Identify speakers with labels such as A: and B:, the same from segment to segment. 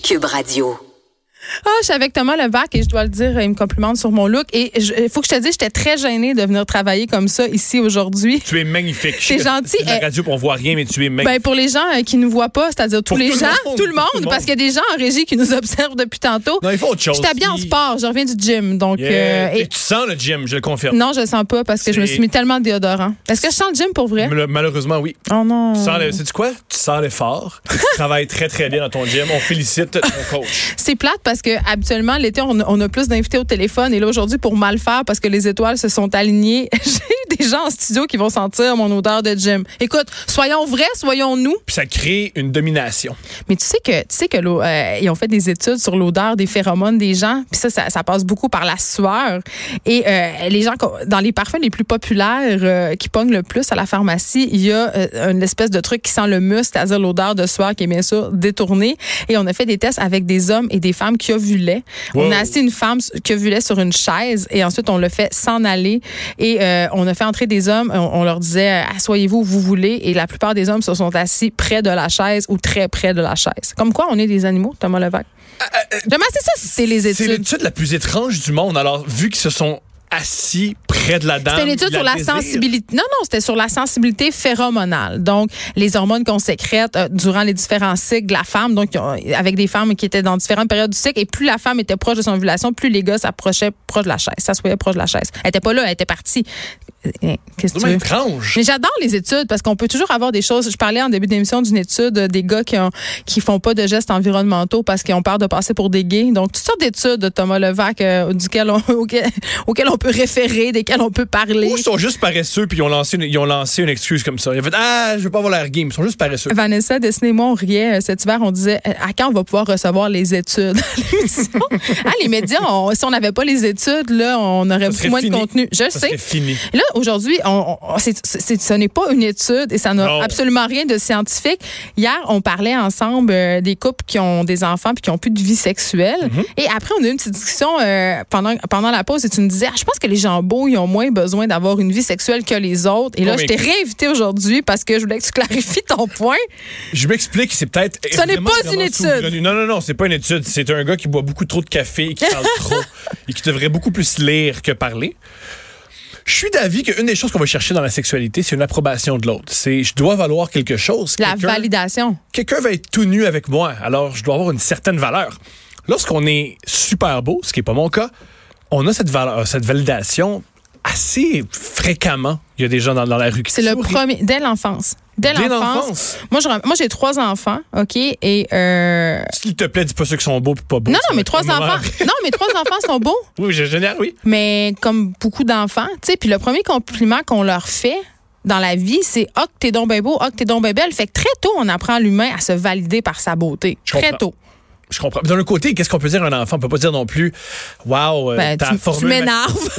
A: Cube Radio.
B: Ah, je suis avec Thomas Levac et je dois le dire, il me complimente sur mon look. Et je- il faut que je te dise, j'étais très gênée de venir travailler comme ça ici aujourd'hui.
C: Tu es magnifique.
B: T'es gentil.
C: C'est la
B: Eh.
C: radio, puis on voit rien, mais tu es magnifique.
B: Ben, pour les gens euh, qui nous voient pas, c'est-à-dire tous
C: Pour
B: les
C: tout le
B: gens,
C: monde.
B: tout le monde,
C: Tout le
B: parce
C: monde.
B: qu'il y a des gens en régie qui nous observent depuis tantôt.
C: non, il faut autre chose.
B: J'étais bien en
C: Il-
B: sport, je reviens du gym. Donc,
C: Yeah.
B: euh, et-
C: Et tu sens le gym, je le confirme.
B: non, je le sens pas parce que je me
C: C'est-
B: suis mis tellement de déodorant. Est-ce que je sens le gym pour vrai?
C: Mal- Malheureusement, oui.
B: Oh non.
C: Tu sens le- sais-tu quoi? Tu sens l'effort. tu travailles très, très bien dans ton gym. On félicite ton coach.
B: C'est plate parce que habituellement l'été on, on a plus d'invités au téléphone et là aujourd'hui pour mal faire parce que les étoiles se sont alignées, j'ai des gens en studio qui vont sentir mon odeur de gym. Écoute, soyons vrais, soyons nous.
C: Puis ça crée une domination.
B: Mais tu sais que tu sais que l'eau- euh, ils ont fait des études sur l'odeur des phéromones des gens, puis ça, ça ça passe beaucoup par la sueur et euh, les gens qu'on- dans les parfums les plus populaires euh, qui pognent le plus à la pharmacie, il y a euh, une espèce de truc qui sent le muscle, c'est-à-dire l'odeur de sueur qui est bien sûr détournée et on a fait des tests avec des hommes et des femmes qui ovulaient. On
C: Wow.
B: a assis une femme s- qui ovulait sur une chaise et ensuite on l'a fait s'en aller et euh, on a fait entrer des hommes, on, on leur disait euh, asseyez-vous où vous voulez et la plupart des hommes se sont assis près de la chaise ou très près de la chaise. Comme quoi on est des animaux, Thomas Levac. Demain, c'est ça, Euh, c'est les
C: C'est
B: études.
C: l'étude la plus étrange du monde. Alors, vu qu'ils se sont assis près de la dame.
B: C'était une étude
C: ils la
B: sur la
C: désirent.
B: sensibilité. Non, non, c'était sur la sensibilité phéromonale. Donc, les hormones qu'on sécrète euh, durant les différents cycles de la femme, donc euh, avec des femmes qui étaient dans différentes périodes du cycle. Et plus la femme était proche de son ovulation, plus les gars s'approchaient proche de la chaise, s'assoyaient proche de la chaise. Elle était pas là, elle était partie. Eh, Qu'est-ce que
C: C'est
B: tu veux?
C: vraiment étrange.
B: Mais j'adore les études parce qu'on peut toujours avoir des choses. Je parlais en début d'émission d'une étude euh, des gars qui ont, qui font pas de gestes environnementaux parce qu'ils ont peur de passer pour des gays. Donc toutes sortes d'études de Thomas Levac euh, duquel on, auquel, auquel on peut référer, desquelles on peut parler.
C: Ou ils sont juste paresseux, puis ils ont lancé une, ils ont lancé une excuse comme ça. Ils ont fait Ah, je veux pas avoir l'air game. Ils sont juste paresseux.
B: Vanessa, Destiné et moi, on riait euh, cet hiver. On disait euh, à quand on va pouvoir recevoir les études à l'émission? Hein, les médias, on- si on n'avait pas les études, là, on aurait beaucoup
C: serait
B: moins de
C: fini.
B: contenu. Je le
C: Ça,
B: sais.
C: C'est fini.
B: Et Là, aujourd'hui, on, on- c'est- c'est- ce n'est pas une étude et ça n'a
C: Non.
B: absolument rien de scientifique. Hier, on parlait ensemble euh, des couples qui ont des enfants puis qui n'ont plus de vie sexuelle.
C: Mm-hmm.
B: Et après, on a eu une petite discussion euh, pendant, pendant la pause et tu me disais, Ah, je pense que les gens beaux, ils ont moins besoin d'avoir une vie sexuelle que les autres. Et là, je t'ai
C: Convaincu.
B: réinvité aujourd'hui parce que je voulais que tu clarifies ton point.
C: Je m'explique, c'est peut-être.
B: Ce n'est
C: évidemment,
B: pas
C: vraiment
B: une étude.
C: saugrenu. Non, non, non, c'est pas une étude. C'est un gars qui boit beaucoup trop de café et qui parle trop et qui devrait beaucoup plus lire que parler. Je suis d'avis qu'une des choses qu'on va chercher dans la sexualité, c'est une approbation de l'autre. C'est je dois valoir quelque chose.
B: La
C: Quelqu'un-
B: validation.
C: Quelqu'un va être tout nu avec moi, alors je dois avoir une certaine valeur. Lorsqu'on est super beau, ce qui n'est pas mon cas, on a cette, valeur, cette validation assez fréquemment. Il y a des gens dans, dans la rue qui
B: C'est le
C: sourient.
B: premier, dès l'enfance. Dès
C: Dès
B: l'enfance.
C: l'enfance.
B: Moi, je rem- moi, j'ai trois enfants, OK? Et euh,
C: S'il te plaît, dis pas ceux qui sont beaux puis pas beaux.
B: Non, non,
C: Ça va
B: mais
C: être
B: trois
C: un moment
B: enfants. Non, mais trois enfants sont beaux,
C: Oui, j'ai génial, oui.
B: mais comme beaucoup d'enfants, tu sais. Puis le premier compliment qu'on leur fait dans la vie, c'est oh que t'es donc ben beau, oh que t'es donc ben belle. Fait que très tôt, on apprend l'humain à se valider par sa beauté.
C: Je
B: très
C: comprends.
B: tôt.
C: Je comprends. Mais D'un autre côté, qu'est-ce qu'on peut dire à un enfant? On peut pas dire non plus, waouh,
B: Ben,
C: ta
B: tu tu
C: formule.
B: m'énerves.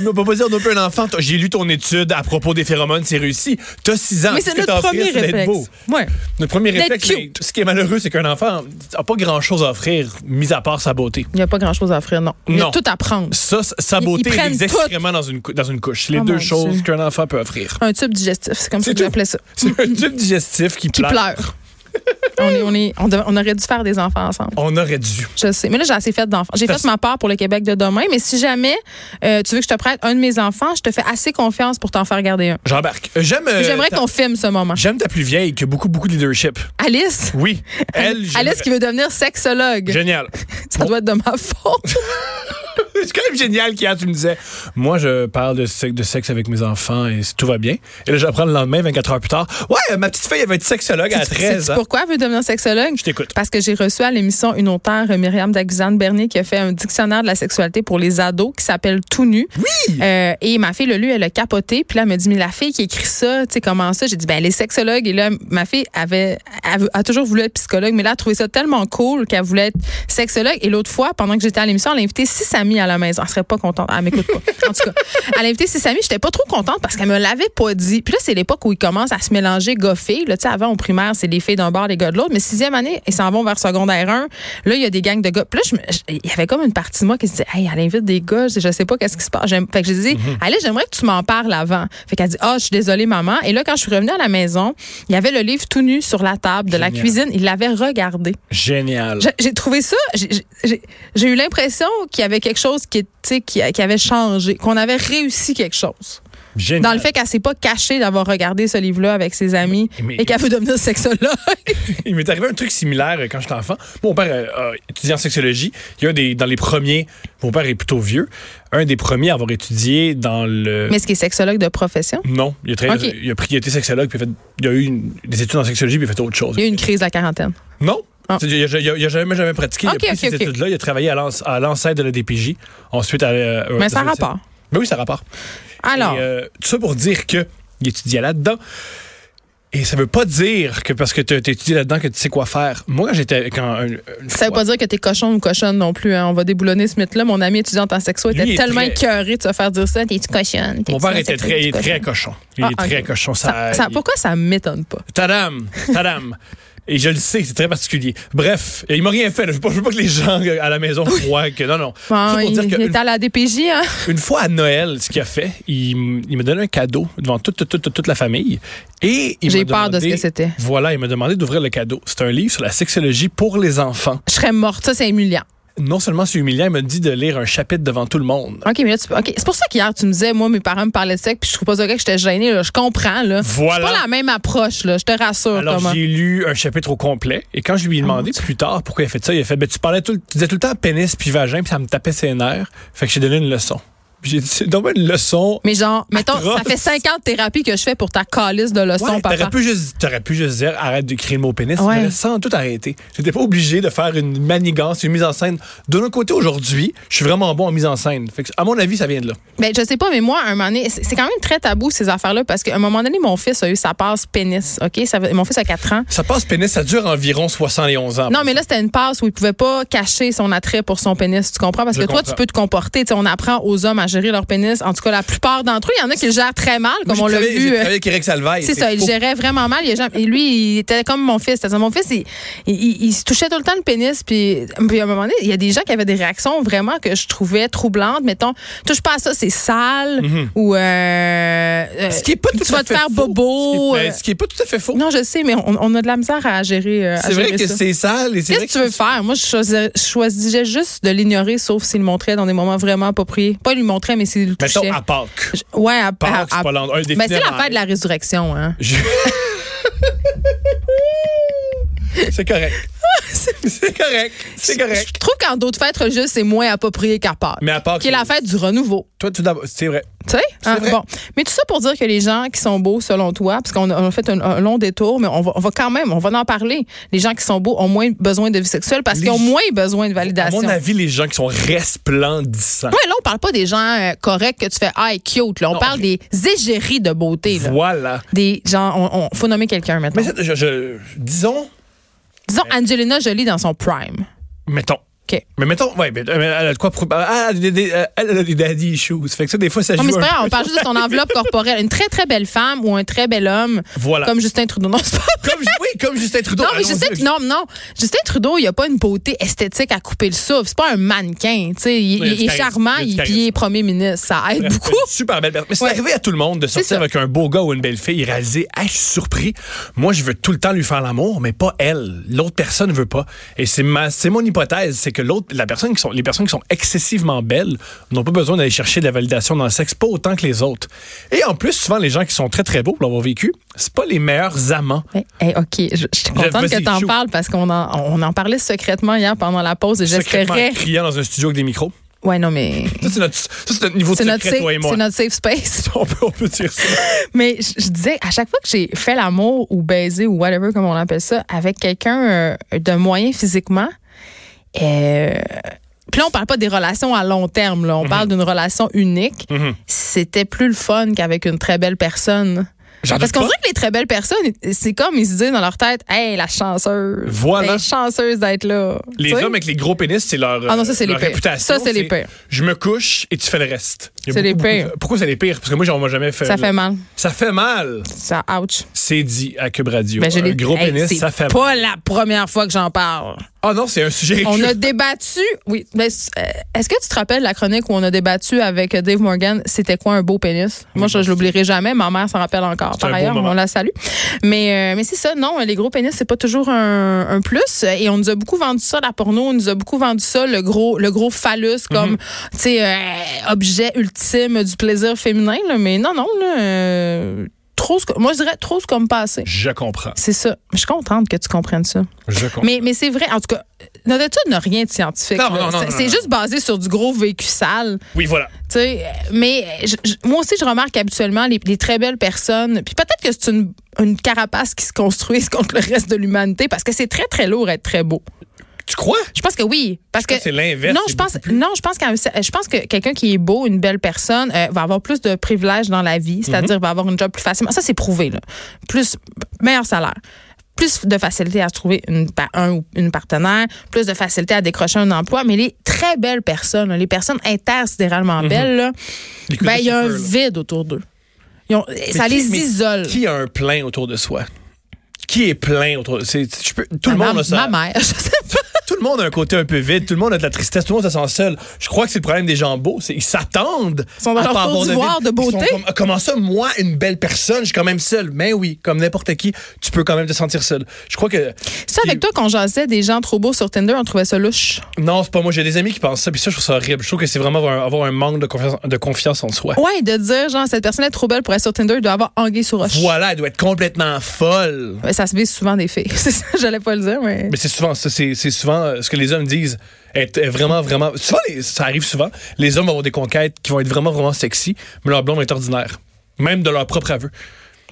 C: Mais on peut pas dire non plus à un enfant, T'as- j'ai lu ton étude à propos des phéromones, c'est réussi. T'as 6 ans.
B: mais
C: Qu'est-ce
B: c'est
C: que
B: notre
C: t'as à
B: premier
C: offrir, c'est d'être
B: réflexe.
C: beau?
B: Ouais.
C: Notre premier
B: D'être
C: réflexe, mais
B: cute.
C: ce qui est malheureux, c'est qu'un enfant a pas grand-chose à offrir, mis à part sa beauté.
B: Il n'y a pas grand-chose à offrir, non. Il y a
C: Non.
B: tout à prendre.
C: Ça, c- sa
B: Ils- ils
C: beauté
B: prennent
C: est
B: tout.
C: excrément dans une, cou- dans une couche. C'est les
B: Oh mon
C: deux choses
B: Dieu.
C: qu'un enfant peut offrir.
B: Un tube digestif, c'est comme ça
C: C'est
B: que
C: tout.
B: j'appelais ça.
C: C'est un tube digestif qui,
B: Qui pleure. on, est, on, est, on, dev- on aurait dû faire des enfants ensemble.
C: On aurait dû.
B: Je sais. Mais là, j'ai assez fait d'enfants. J'ai
C: Parce-
B: fait ma part pour le Québec de demain. Mais si jamais euh, tu veux que je te prête un de mes enfants, je te fais assez confiance pour t'en faire garder un.
C: J'embarque. J'aime. euh,
B: J'aimerais
C: ta-
B: qu'on filme ce moment.
C: J'aime ta plus vieille qui a beaucoup, beaucoup de leadership.
B: Alice?
C: Oui. Elle,
B: Alice
C: j'aimerais-
B: qui veut devenir sexologue.
C: Génial.
B: Ça doit être de ma faute.
C: C'est quand même génial qu'hier, tu me disais, moi, je parle de sexe, de sexe avec mes enfants et tout va bien. Et là, j'apprends le lendemain, 24 heures plus tard. Ouais, euh, ma petite fille, elle va être sexologue à 13
B: Sais-tu
C: ans.
B: pourquoi elle veut devenir sexologue?
C: Je t'écoute.
B: Parce que j'ai reçu à l'émission une auteure, euh, Myriam Daguzane Bernier, qui a fait un dictionnaire de la sexualité pour les ados qui s'appelle Tout nu.
C: Oui!
B: Euh, et ma fille l'a lu, elle a capoté. Puis là, elle m'a dit, mais la fille qui écrit ça, tu sais, comment ça? J'ai dit, ben, elle est sexologue. Et là, ma fille avait, elle a toujours voulu être psychologue, mais là, elle a trouvé ça tellement cool qu'elle voulait être sexologue. Et l'autre fois, pendant que j'étais à l'émission, elle a invité six amis à à la maison. Elle serait pas contente. Elle m'écoute pas. En tout cas, à l'invité, c'est Samy, j'étais pas trop contente parce qu'elle me l'avait pas dit. Puis là, c'est l'époque où ils commencent à se mélanger gars-filles. Là, tu sais, avant, au primaire, c'est les filles d'un bord, les gars de l'autre. Mais sixième année, ils s'en vont vers secondaire 1. Là, il y a des gangs de gars. Puis là, je me- je- il y avait comme une partie de moi qui se disait, hey, elle invite des gars, je je sais pas qu'est-ce qui se passe. J'aime- Fait que j'ai dit, allez, j'aimerais que tu m'en parles avant. Fait qu'elle dit, ah, je suis désolée, maman. Et là, quand je suis revenue à la maison, il y avait le livre tout nu sur la table de la
C: Génial.
B: cuisine. Il l'avait regardé.
C: Génial.
B: J'ai- J'ai trouvé ça. j'ai- j'ai- J'ai j'ai eu l'impression qu'il y avait quelque chose qui, tu sais, qui, qui avait changé, qu'on avait réussi quelque chose.
C: Génial.
B: Dans le fait qu'elle s'est pas cachée d'avoir regardé ce livre-là avec ses amis
C: Mais-
B: et qu'elle veut devenir sexologue.
C: Il m'est arrivé un truc similaire euh, quand j'étais enfant. Mon père, euh, euh, étudiant en sexologie, il y a un des, dans les premiers, mon père est plutôt vieux, un des premiers à avoir étudié dans le...
B: Mais ce qui est sexologue de profession,
C: Non, il a, très-
B: Ok.
C: il a pris, il a été sexologue, puis il a, fait- il a eu une- des études en sexologie, puis il a fait autre chose.
B: il y a eu une crise de la quarantaine.
C: Non.
B: Ah.
C: C'est- Il n'a jamais, jamais pratiqué.
B: Ok,
C: il a pris
B: ok,
C: ces
B: ok.
C: études-là. Il a travaillé à l'anc- à l'ancêtre de la DPJ. Ensuite, à, euh,
B: Mais ça
C: euh,
B: a rapport.
C: Ben oui, ça rapporte.
B: Alors,
C: Et, euh, tout ça pour dire que il étudiait là-dedans. Et ça veut pas dire que parce que tu as étudié là-dedans que tu sais quoi faire. Moi, quand j'étais. Quand, une, une
B: ça veut
C: fois-
B: pas dire que t'es cochon ou cochonne non plus. hein. On va déboulonner ce mythe-là. Mon amie étudiante en sexo
C: Lui
B: était
C: est
B: tellement
C: très-
B: écœurée de se faire dire ça. T'es-tu cochonne?
C: Mon
B: T'es-tu
C: père
B: en
C: était
B: sexo?
C: très,
B: T'es-tu
C: il est très
B: cochonne?
C: cochon. Il
B: Ah,
C: est très
B: ok.
C: cochon. Ça,
B: Ça- ça- pourquoi ça m'étonne pas?
C: Tadam! Tadam! Et je le sais, c'est très particulier. Bref, il m'a rien fait. là. Je veux pas, je veux pas que les gens euh, à la maison croient que. Non, non.
B: Bon,
C: Ça pour
B: il,
C: dire que
B: il
C: une-
B: est à la DPJ, hein?
C: Une fois à Noël, ce qu'il a fait, il, m- il m'a donné un cadeau devant toute, toute, toute, toute la famille. Et il
B: J'ai
C: m'a
B: peur de ce
C: demandé-
B: que c'était.
C: Voilà, il m'a demandé d'ouvrir le cadeau. C'est un livre sur la sexologie pour les enfants.
B: Je serais morte. Ça, c'est humiliant.
C: Non seulement c'est humiliant, il m'a dit de lire un chapitre devant tout le monde.
B: OK, mais là, tu peux- OK. C'est pour ça qu'hier, tu me disais, moi, mes parents me parlaient de sexe, puis je trouve pas ça ok que j'étais gênée, là. Je comprends, là. C'est
C: Voilà.
B: pas la même approche, là. Je te rassure,
C: Alors,
B: Oh, Thomas. Oh,
C: j'ai lu un chapitre au complet. Et quand je lui ai demandé plus tard pourquoi il a fait ça, il a fait ben, tu, parlais tout, le- tu disais tout le temps pénis puis vagin, puis ça me tapait ses nerves. Fait que j'ai donné une leçon. Puis j'ai dit c'est donc bien une leçon.
B: Mais genre, mettons,
C: Atroce.
B: ça fait 50 thérapies que je fais pour ta calice de leçons,
C: Ouais,
B: papa.
C: t'aurais pu juste, t'aurais pu juste dire arrête d'écrire le mot pénis,
B: Ouais.
C: mais sans tout arrêter. J'étais pas obligé de faire une manigance, une mise en scène. De l'autre côté, aujourd'hui, je suis vraiment bon en mise en scène. Fait que, à mon avis, ça vient de là.
B: Ben, je sais pas, mais moi, à un moment donné, c'est c'est quand même très tabou, ces affaires-là, parce qu'à un moment donné, mon fils a eu sa passe pénis, OK? Ça veut- mon fils a 4 ans.
C: Ça passe pénis, ça dure environ 71 ans.
B: Non, mais là, c'était une passe où il pouvait pas cacher son attrait pour son pénis. Tu comprends? Parce
C: Je
B: que toi,
C: comprends.
B: tu peux te comporter. Tu sais, on apprend aux hommes à gérer leur pénis. En tout cas, la plupart d'entre eux, il y en a qui le gèrent très mal,
C: Moi,
B: comme
C: j'ai
B: on l'a
C: travaillé-
B: vu.
C: J'ai
B: euh,
C: travaillé avec Eric Salvaille.
B: C'est ça, il
C: Faut-
B: gérait vraiment mal. Il a jamais- et lui, il était comme mon fils. C'est-à-dire, mon fils, il, il- il se touchait tout le temps le pénis. Puis, puis à un moment donné, il y a des gens qui avaient des réactions vraiment que je trouvais troublantes. Mettons, touche pas à ça, c'est sale. Ou. euh, euh,
C: Mhm. Ce qui est pas tout
B: tu
C: à
B: vas te
C: fait
B: faire
C: faux.
B: bobo.
C: Ce qui est- ben,
B: euh,
C: Ce qui est pas tout à fait faux.
B: non, je sais, mais on, on a de la misère à gérer. euh, à
C: C'est vrai
B: gérer
C: que
B: ça.
C: c'est sale et c'est
B: Qu'est-ce
C: vrai
B: que tu veux faire? Moi, je choisis- je choisissais juste de l'ignorer, sauf s'il le montrait dans des moments vraiment appropriés. Pas il le montrait, mais s'il le touchait.
C: Mettons à Pâques.
B: Je- Ouais, à, à-
C: Pâques, c'est
B: à-
C: pas l'endroit. un des
B: Ben, c'est
C: funérailles.
B: la fête de la résurrection, hein.
C: Je- c'est correct. c'est correct. C'est correct.
B: Je trouve qu'en d'autres fêtes religieuses, c'est moins approprié qu'à Pâques.
C: Mais à Pâques.
B: Qui est la fête du renouveau.
C: Toi, tout d'abord, c'est vrai.
B: Tu sais? Hein?
C: vrai.
B: Bon. Mais tout ça pour dire que les gens qui sont beaux, selon toi, parce qu'on a, on a fait un, un long détour, mais on va, on va quand même, on va en parler. Les gens qui sont beaux ont moins besoin de vie sexuelle parce
C: Les
B: qu'ils ont
C: gens-
B: moins besoin de
C: À
B: validation.
C: mon avis, les gens qui sont resplendissants.
B: Ouais, là, on parle pas des gens euh, corrects que tu fais ah, et cute. Là. On
C: Non,
B: parle des égéries de beauté. Là.
C: Voilà.
B: Des gens, on, on- faut nommer quelqu'un maintenant.
C: Mais c'est- je, je- disons,
B: Disons Angelina Jolie dans son prime.
C: mettons.
B: OK.
C: Mais mettons, ouais, mais, euh, mais elle a de quoi prou- ah, elle a des- des- elle a des daddy issues. Fait que ça, des fois, ça
B: Non,
C: joue.
B: mais c'est
C: un
B: pas grave,
C: peu.
B: on parle juste de son enveloppe corporelle. Une très, très belle femme ou un très bel homme,
C: Voilà.
B: comme Justin Trudeau. Non, c'est pas
C: Comme, oui, comme Justin Trudeau.
B: Non, mais
C: Allons-y
B: Justin,
C: avec-
B: non, non. Justin Trudeau, il n'y a pas une beauté esthétique à couper le souffle. C'est pas un mannequin. tu sais. Il,
C: Oui, il y a
B: il
C: du
B: est
C: charisme.
B: charmant, il,
C: Il y a du
B: puis
C: charisme.
B: il est premier ministre. Ça aide
C: Bref,
B: beaucoup.
C: une Super belle personne. Mais c'est
B: Ouais.
C: arrivé à tout le monde de
B: ça.
C: sortir avec un beau gars ou une belle fille et réaliser, ah, je suis surpris. Moi, je veux tout le temps lui faire l'amour, mais pas elle. L'autre personne veut pas. Et c'est ma, c'est mon hypothèse, c'est que l'autre, la personne qui sont, les personnes qui sont excessivement belles n'ont pas besoin d'aller chercher de la validation dans le sexe, pas autant que les autres. Et en plus, souvent, les gens qui sont très très beaux pour l'avoir vécu, c'est pas les meilleurs amants.
B: Mais, hey, OK, je, je suis contente
C: vas-y,
B: que tu en
C: chou.
B: parles parce qu'on en, on en parlait secrètement hier pendant la pause et
C: Secrètement en
B: j'espérais.
C: criant dans un studio avec des micros.
B: Ouais, non, mais.
C: Ça, c'est notre, ça, c'est notre niveau de
B: C'est
C: secret,
B: notre, safe-
C: toi et moi.
B: c'est notre safe space.
C: On peut, on peut dire ça.
B: Mais je, je disais, à chaque fois que j'ai fait l'amour ou baiser ou whatever, comme on appelle ça, avec quelqu'un euh, de moyen physiquement, euh, puis là, on parle pas des relations à long
C: Mhm.
B: terme, là. on parle d'une relation unique. C'était plus le fun qu'avec une très belle personne.
C: J'en
B: Parce
C: doute
B: qu'on
C: pas.
B: dirait que les très belles personnes, c'est comme ils se disent dans leur tête, hey, la chanceuse.
C: Voilà.
B: Elle est chanceuse d'être là.
C: Les
B: Tu sais?
C: hommes avec les gros pénis, c'est leur, euh,
B: Ah non, ça, c'est
C: leur
B: les pires.
C: réputation.
B: Ça, c'est les
C: c'est
B: pires.
C: Je me couche et tu fais le reste. Il y a
B: C'est les
C: beaucoup, beaucoup de-
B: pires.
C: Pourquoi c'est les pires? Parce que moi, j'en ai jamais fait.
B: Ça fait mal.
C: Ça fait mal.
B: Ça, ouch.
C: C'est dit à Cube Radio.
B: Ben, je
C: un
B: l'ai-
C: gros
B: Hey,
C: pénis,
B: c'est
C: ça fait mal.
B: pas la première fois que j'en parle.
C: Ah non, c'est un sujet
B: On
C: récurrent.
B: a débattu. Oui. ben, c- euh, Est-ce que tu te rappelles la chronique où on a débattu avec euh, Dave Morgan? C'était quoi un beau pénis? Moi, je, je l'oublierai jamais. Ma mère s'en rappelle encore. Par
C: ben, un beau
B: ailleurs,
C: moment.
B: on la salue. Mais, euh, mais c'est ça. Non, les gros pénis, c'est pas toujours un, un plus. Et on nous a beaucoup vendu ça, la porno. On nous a beaucoup vendu ça, le gros, le gros phallus
C: Mhm.
B: comme, tu sais, euh, objet ultime du plaisir féminin. là. Mais non, non, là, euh, trop, ce que- moi, je dirais trop ce comme passé.
C: Je comprends.
B: C'est ça. Je suis contente que tu comprennes ça.
C: Je comprends.
B: Mais, mais c'est vrai, en tout cas, notre étude n'a rien de scientifique.
C: Non,
B: là.
C: non, non,
B: C'est-
C: non,
B: c'est
C: non.
B: juste basé sur du gros vécu sale.
C: Oui, voilà.
B: tu sais. Mais je- je- moi aussi, je remarque habituellement les, les très belles personnes. Puis peut-être que c'est une, une carapace qui se construit contre le reste de l'humanité parce que c'est très, très lourd être très beau.
C: Tu crois?
B: Je pense que oui. Parce que.
C: C'est l'inverse.
B: Non,
C: c'est
B: je pense, non, je pense qu'à un cer- je pense que quelqu'un qui est beau, une belle personne, euh, va avoir plus de privilèges dans la
C: Mhm.
B: vie, c'est-à-dire va avoir une job plus facilement. Ça, c'est prouvé, là. Plus, meilleur salaire. Plus de facilité à trouver une, pa- un ou une partenaire, plus de facilité à décrocher un emploi. Mais les très belles personnes, là, les personnes intersidéralement
C: Mhm.
B: belles, là,
C: Les
B: ben,
C: couteaux
B: il y a un
C: chauffeurs, là.
B: vide autour d'eux. Ils ont- ça
C: qui-
B: les
C: mais
B: isole.
C: Qui a un plein autour de soi? Qui est plein autour de c'est- tu peux- Tout le
B: Ma-
C: monde a
B: Ma
C: ça.
B: mère, je sais pas.
C: Tout le monde a un côté un peu vide, tout le monde a de la tristesse, tout le monde se sent seul. Je crois que c'est le problème des gens beaux, c'est ils s'attendent
B: Ils sont dans
C: à
B: leur
C: pas
B: tour
C: avoir
B: d'ivoire
C: vide.
B: de beauté.
C: Ils sont comme, ah, comment ça, moi, une belle personne, je suis quand même seul. Mais oui, comme n'importe qui, tu peux quand même te sentir seul. Je crois que
B: Ça, avec toi, quand jasait des gens trop beaux sur Tinder, on trouvait ça louche.
C: non, c'est pas moi. J'ai des amis qui pensent ça, puis ça, je trouve ça horrible. Je trouve que c'est vraiment avoir un, avoir un manque de confiance, de confiance en soi.
B: Ouais, de dire, genre, cette personne est trop belle pour être sur Tinder, elle doit avoir anguille sur roche.
C: Voilà, elle doit être complètement folle.
B: Ouais, Ça se vise souvent des filles. C'est ça, j'allais pas le dire, mais.
C: Mais c'est souvent ça, c'est c'est souvent euh, ce que les hommes disent. Est, est vraiment, vraiment. Souvent, les- ça arrive souvent. Les hommes vont avoir des conquêtes qui vont être vraiment, vraiment sexy, mais leur blonde est ordinaire. Même de leur propre aveu.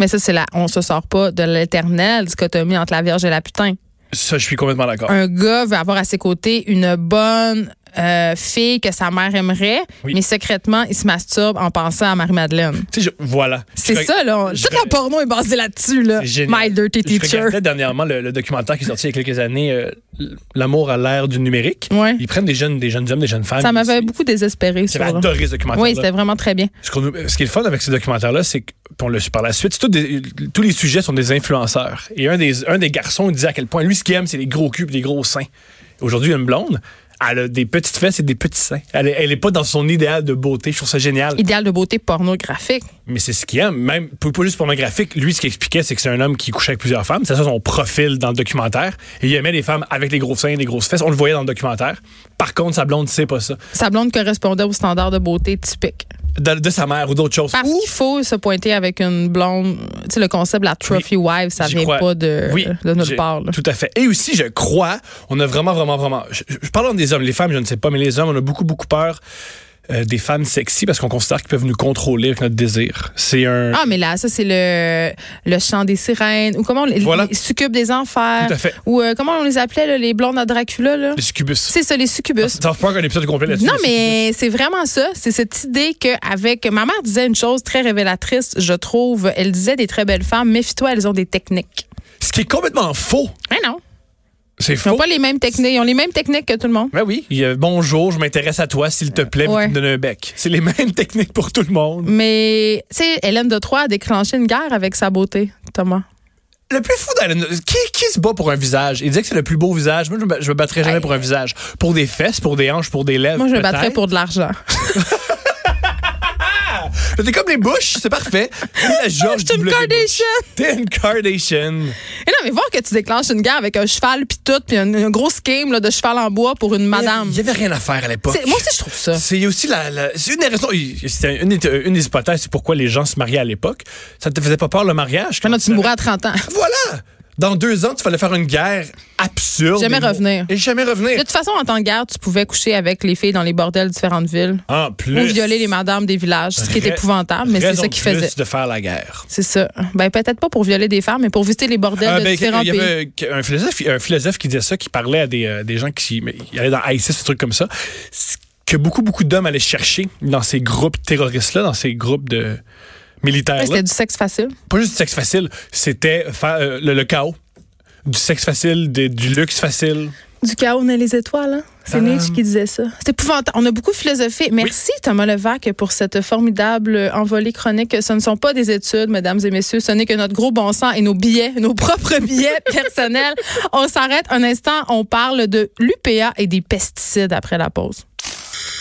B: Mais ça, c'est la. On se sort pas de l'éternelle dichotomie entre la vierge et la putain.
C: Ça, je suis complètement d'accord.
B: Un gars veut avoir à ses côtés une bonne euh, fille que sa mère aimerait,
C: Oui.
B: mais secrètement, il se masturbe en pensant à Marie-Madeleine.
C: Tu sais, je- voilà.
B: C'est
C: Je-
B: ça, là. on-
C: je-
B: Toute la porno est basée là-dessus, là.
C: C'est génial.
B: My Dirty
C: Je
B: Teacher.
C: regardais dernièrement le, le documentaire qui est sorti il y a quelques années, euh, L'amour à l'ère du numérique.
B: Ouais.
C: Ils prennent des jeunes, des jeunes hommes, des jeunes femmes.
B: Ça m'avait
C: C'est-
B: beaucoup désespéré, ça.
C: J'avais
B: là.
C: adoré ce documentaire.
B: Oui, c'était vraiment très bien.
C: Ce, qu'on nous- ce qui est le fun avec ce documentaire-là, c'est que on le suit par la suite. c'est tout des- tous les sujets sont des influenceurs. Et un des, un des garçons il disait à quel point lui, ce qu'il aime, c'est les gros cubes, les gros seins. Aujourd'hui, une blonde, elle a des petites fesses et des petits seins. Elle n'est pas dans son idéal de beauté. Je trouve ça génial.
B: Idéal de beauté pornographique.
C: Mais c'est ce qu'il aime. Même, pas pas juste pornographique, lui, ce qu'il expliquait, c'est que c'est un homme qui couchait avec plusieurs femmes. C'est ça son profil dans le documentaire. Et il aimait les femmes avec les gros seins, les grosses fesses. On le voyait dans le documentaire. Par contre, sa blonde, c'est pas ça.
B: Sa blonde correspondait aux standards de beauté typiques.
C: De, de sa mère ou d'autres choses.
B: Parce
C: Ou-
B: qu'il faut se pointer avec une blonde. Tu sais, le concept de la trophy wife, ça
C: J'y
B: vient
C: crois.
B: pas de,
C: Oui,
B: de nulle
C: j'ai-
B: part. là.
C: Tout à fait. Et aussi, je crois, on a vraiment, vraiment, vraiment. Je, je- je parle des hommes, les femmes, je ne sais pas, mais les hommes, on a beaucoup, beaucoup peur euh, des femmes sexy parce qu'on considère qu'ils peuvent nous contrôler avec notre désir. C'est un.
B: Ah, mais là, ça, c'est le, le chant des sirènes. Ou comment on les,
C: Voilà.
B: les succubes des enfers.
C: Tout à fait.
B: Ou euh, comment on les appelait, là, les blondes à Dracula. Là?
C: Les succubus.
B: C'est ça, les succubus.
C: Ça fait pas un épisode complet là-dessus.
B: Non,
C: les succubus.
B: mais c'est vraiment ça. C'est cette idée qu'avec. Ma mère disait une chose très révélatrice, je trouve. Elle disait des très belles femmes, méfie-toi, elles ont des techniques.
C: Ce qui est complètement faux.
B: Mais non.
C: C'est
B: Ils n'ont
C: faux.
B: pas les mêmes techniques. Ils ont les mêmes techniques que tout le monde.
C: Ben oui. Il y a, bonjour, je m'intéresse à toi, s'il te plaît, puis
B: Ouais.
C: tu me donnes un bec. C'est les mêmes techniques pour tout le monde.
B: Mais, tu sais, Hélène de Troyes a déclenché une guerre avec sa beauté, Thomas.
C: Le plus fou d'Alan, qui, qui se bat pour un visage? Il disait que c'est le plus beau visage. Moi, je me, je me battrais jamais
B: Hey.
C: pour un visage. Pour des fesses, pour des hanches, pour des lèvres.
B: Moi, je me
C: peut-être.
B: battrais pour de l'argent.
C: T'es comme les Bush, c'est parfait. Comme la George
B: T'es une
C: W. Bush.
B: Kardashian.
C: T'es une Kardashian.
B: Et Eh non, mais voir que tu déclenches une guerre avec un cheval puis tout, puis un, un gros scheme là, de cheval en bois pour une madame.
C: Il y avait rien à faire à l'époque.
B: C'est- Moi aussi, je trouve ça.
C: C'est aussi la, la- c'est une des raisons. C'est une, une des hypothèses, c'est pourquoi les gens se mariaient à l'époque. Ça te faisait pas peur le mariage.
B: Maintenant, Ah tu mourras à 30 ans.
C: Voilà. Dans deux ans, tu fallait faire une guerre absurde.
B: Jamais
C: Et mo-
B: revenir.
C: Et jamais
B: De
C: revenir.
B: toute façon, en temps de guerre, tu pouvais coucher avec les filles dans les bordels de différentes villes
C: En plus.
B: ou violer les madames des villages, ce qui est
C: Ra-
B: épouvantable, mais c'est
C: raison
B: ça
C: de
B: qu'ils faisaient.
C: plus de faire la guerre.
B: C'est ça. Ben, peut-être pas pour violer des femmes, mais pour visiter les bordels
C: Ah,
B: de
C: ben,
B: différents
C: il y
B: pays.
C: avait un philosophe, un philosophe qui disait ça, qui parlait à des, euh, des gens qui mais il allait dans ISIS, des trucs comme ça. Ce que beaucoup, beaucoup d'hommes allaient chercher dans ces groupes terroristes-là, dans ces groupes de militaire.
B: C'était du sexe facile.
C: Pas juste du sexe facile, c'était fa- euh, le, le chaos. Du sexe facile, des- du luxe facile.
B: Du chaos naît les étoiles. Hein? C'est
C: Tadam.
B: Nietzsche qui disait ça. C'est épouvantable. On a beaucoup philosophé. Merci Thomas Levac pour cette formidable euh, envolée chronique. Ce ne sont pas des études, mesdames et messieurs. Ce n'est que notre gros bon sens et nos billets, nos propres billets personnels. On s'arrête un instant. On parle de l'UPA et des pesticides après la pause.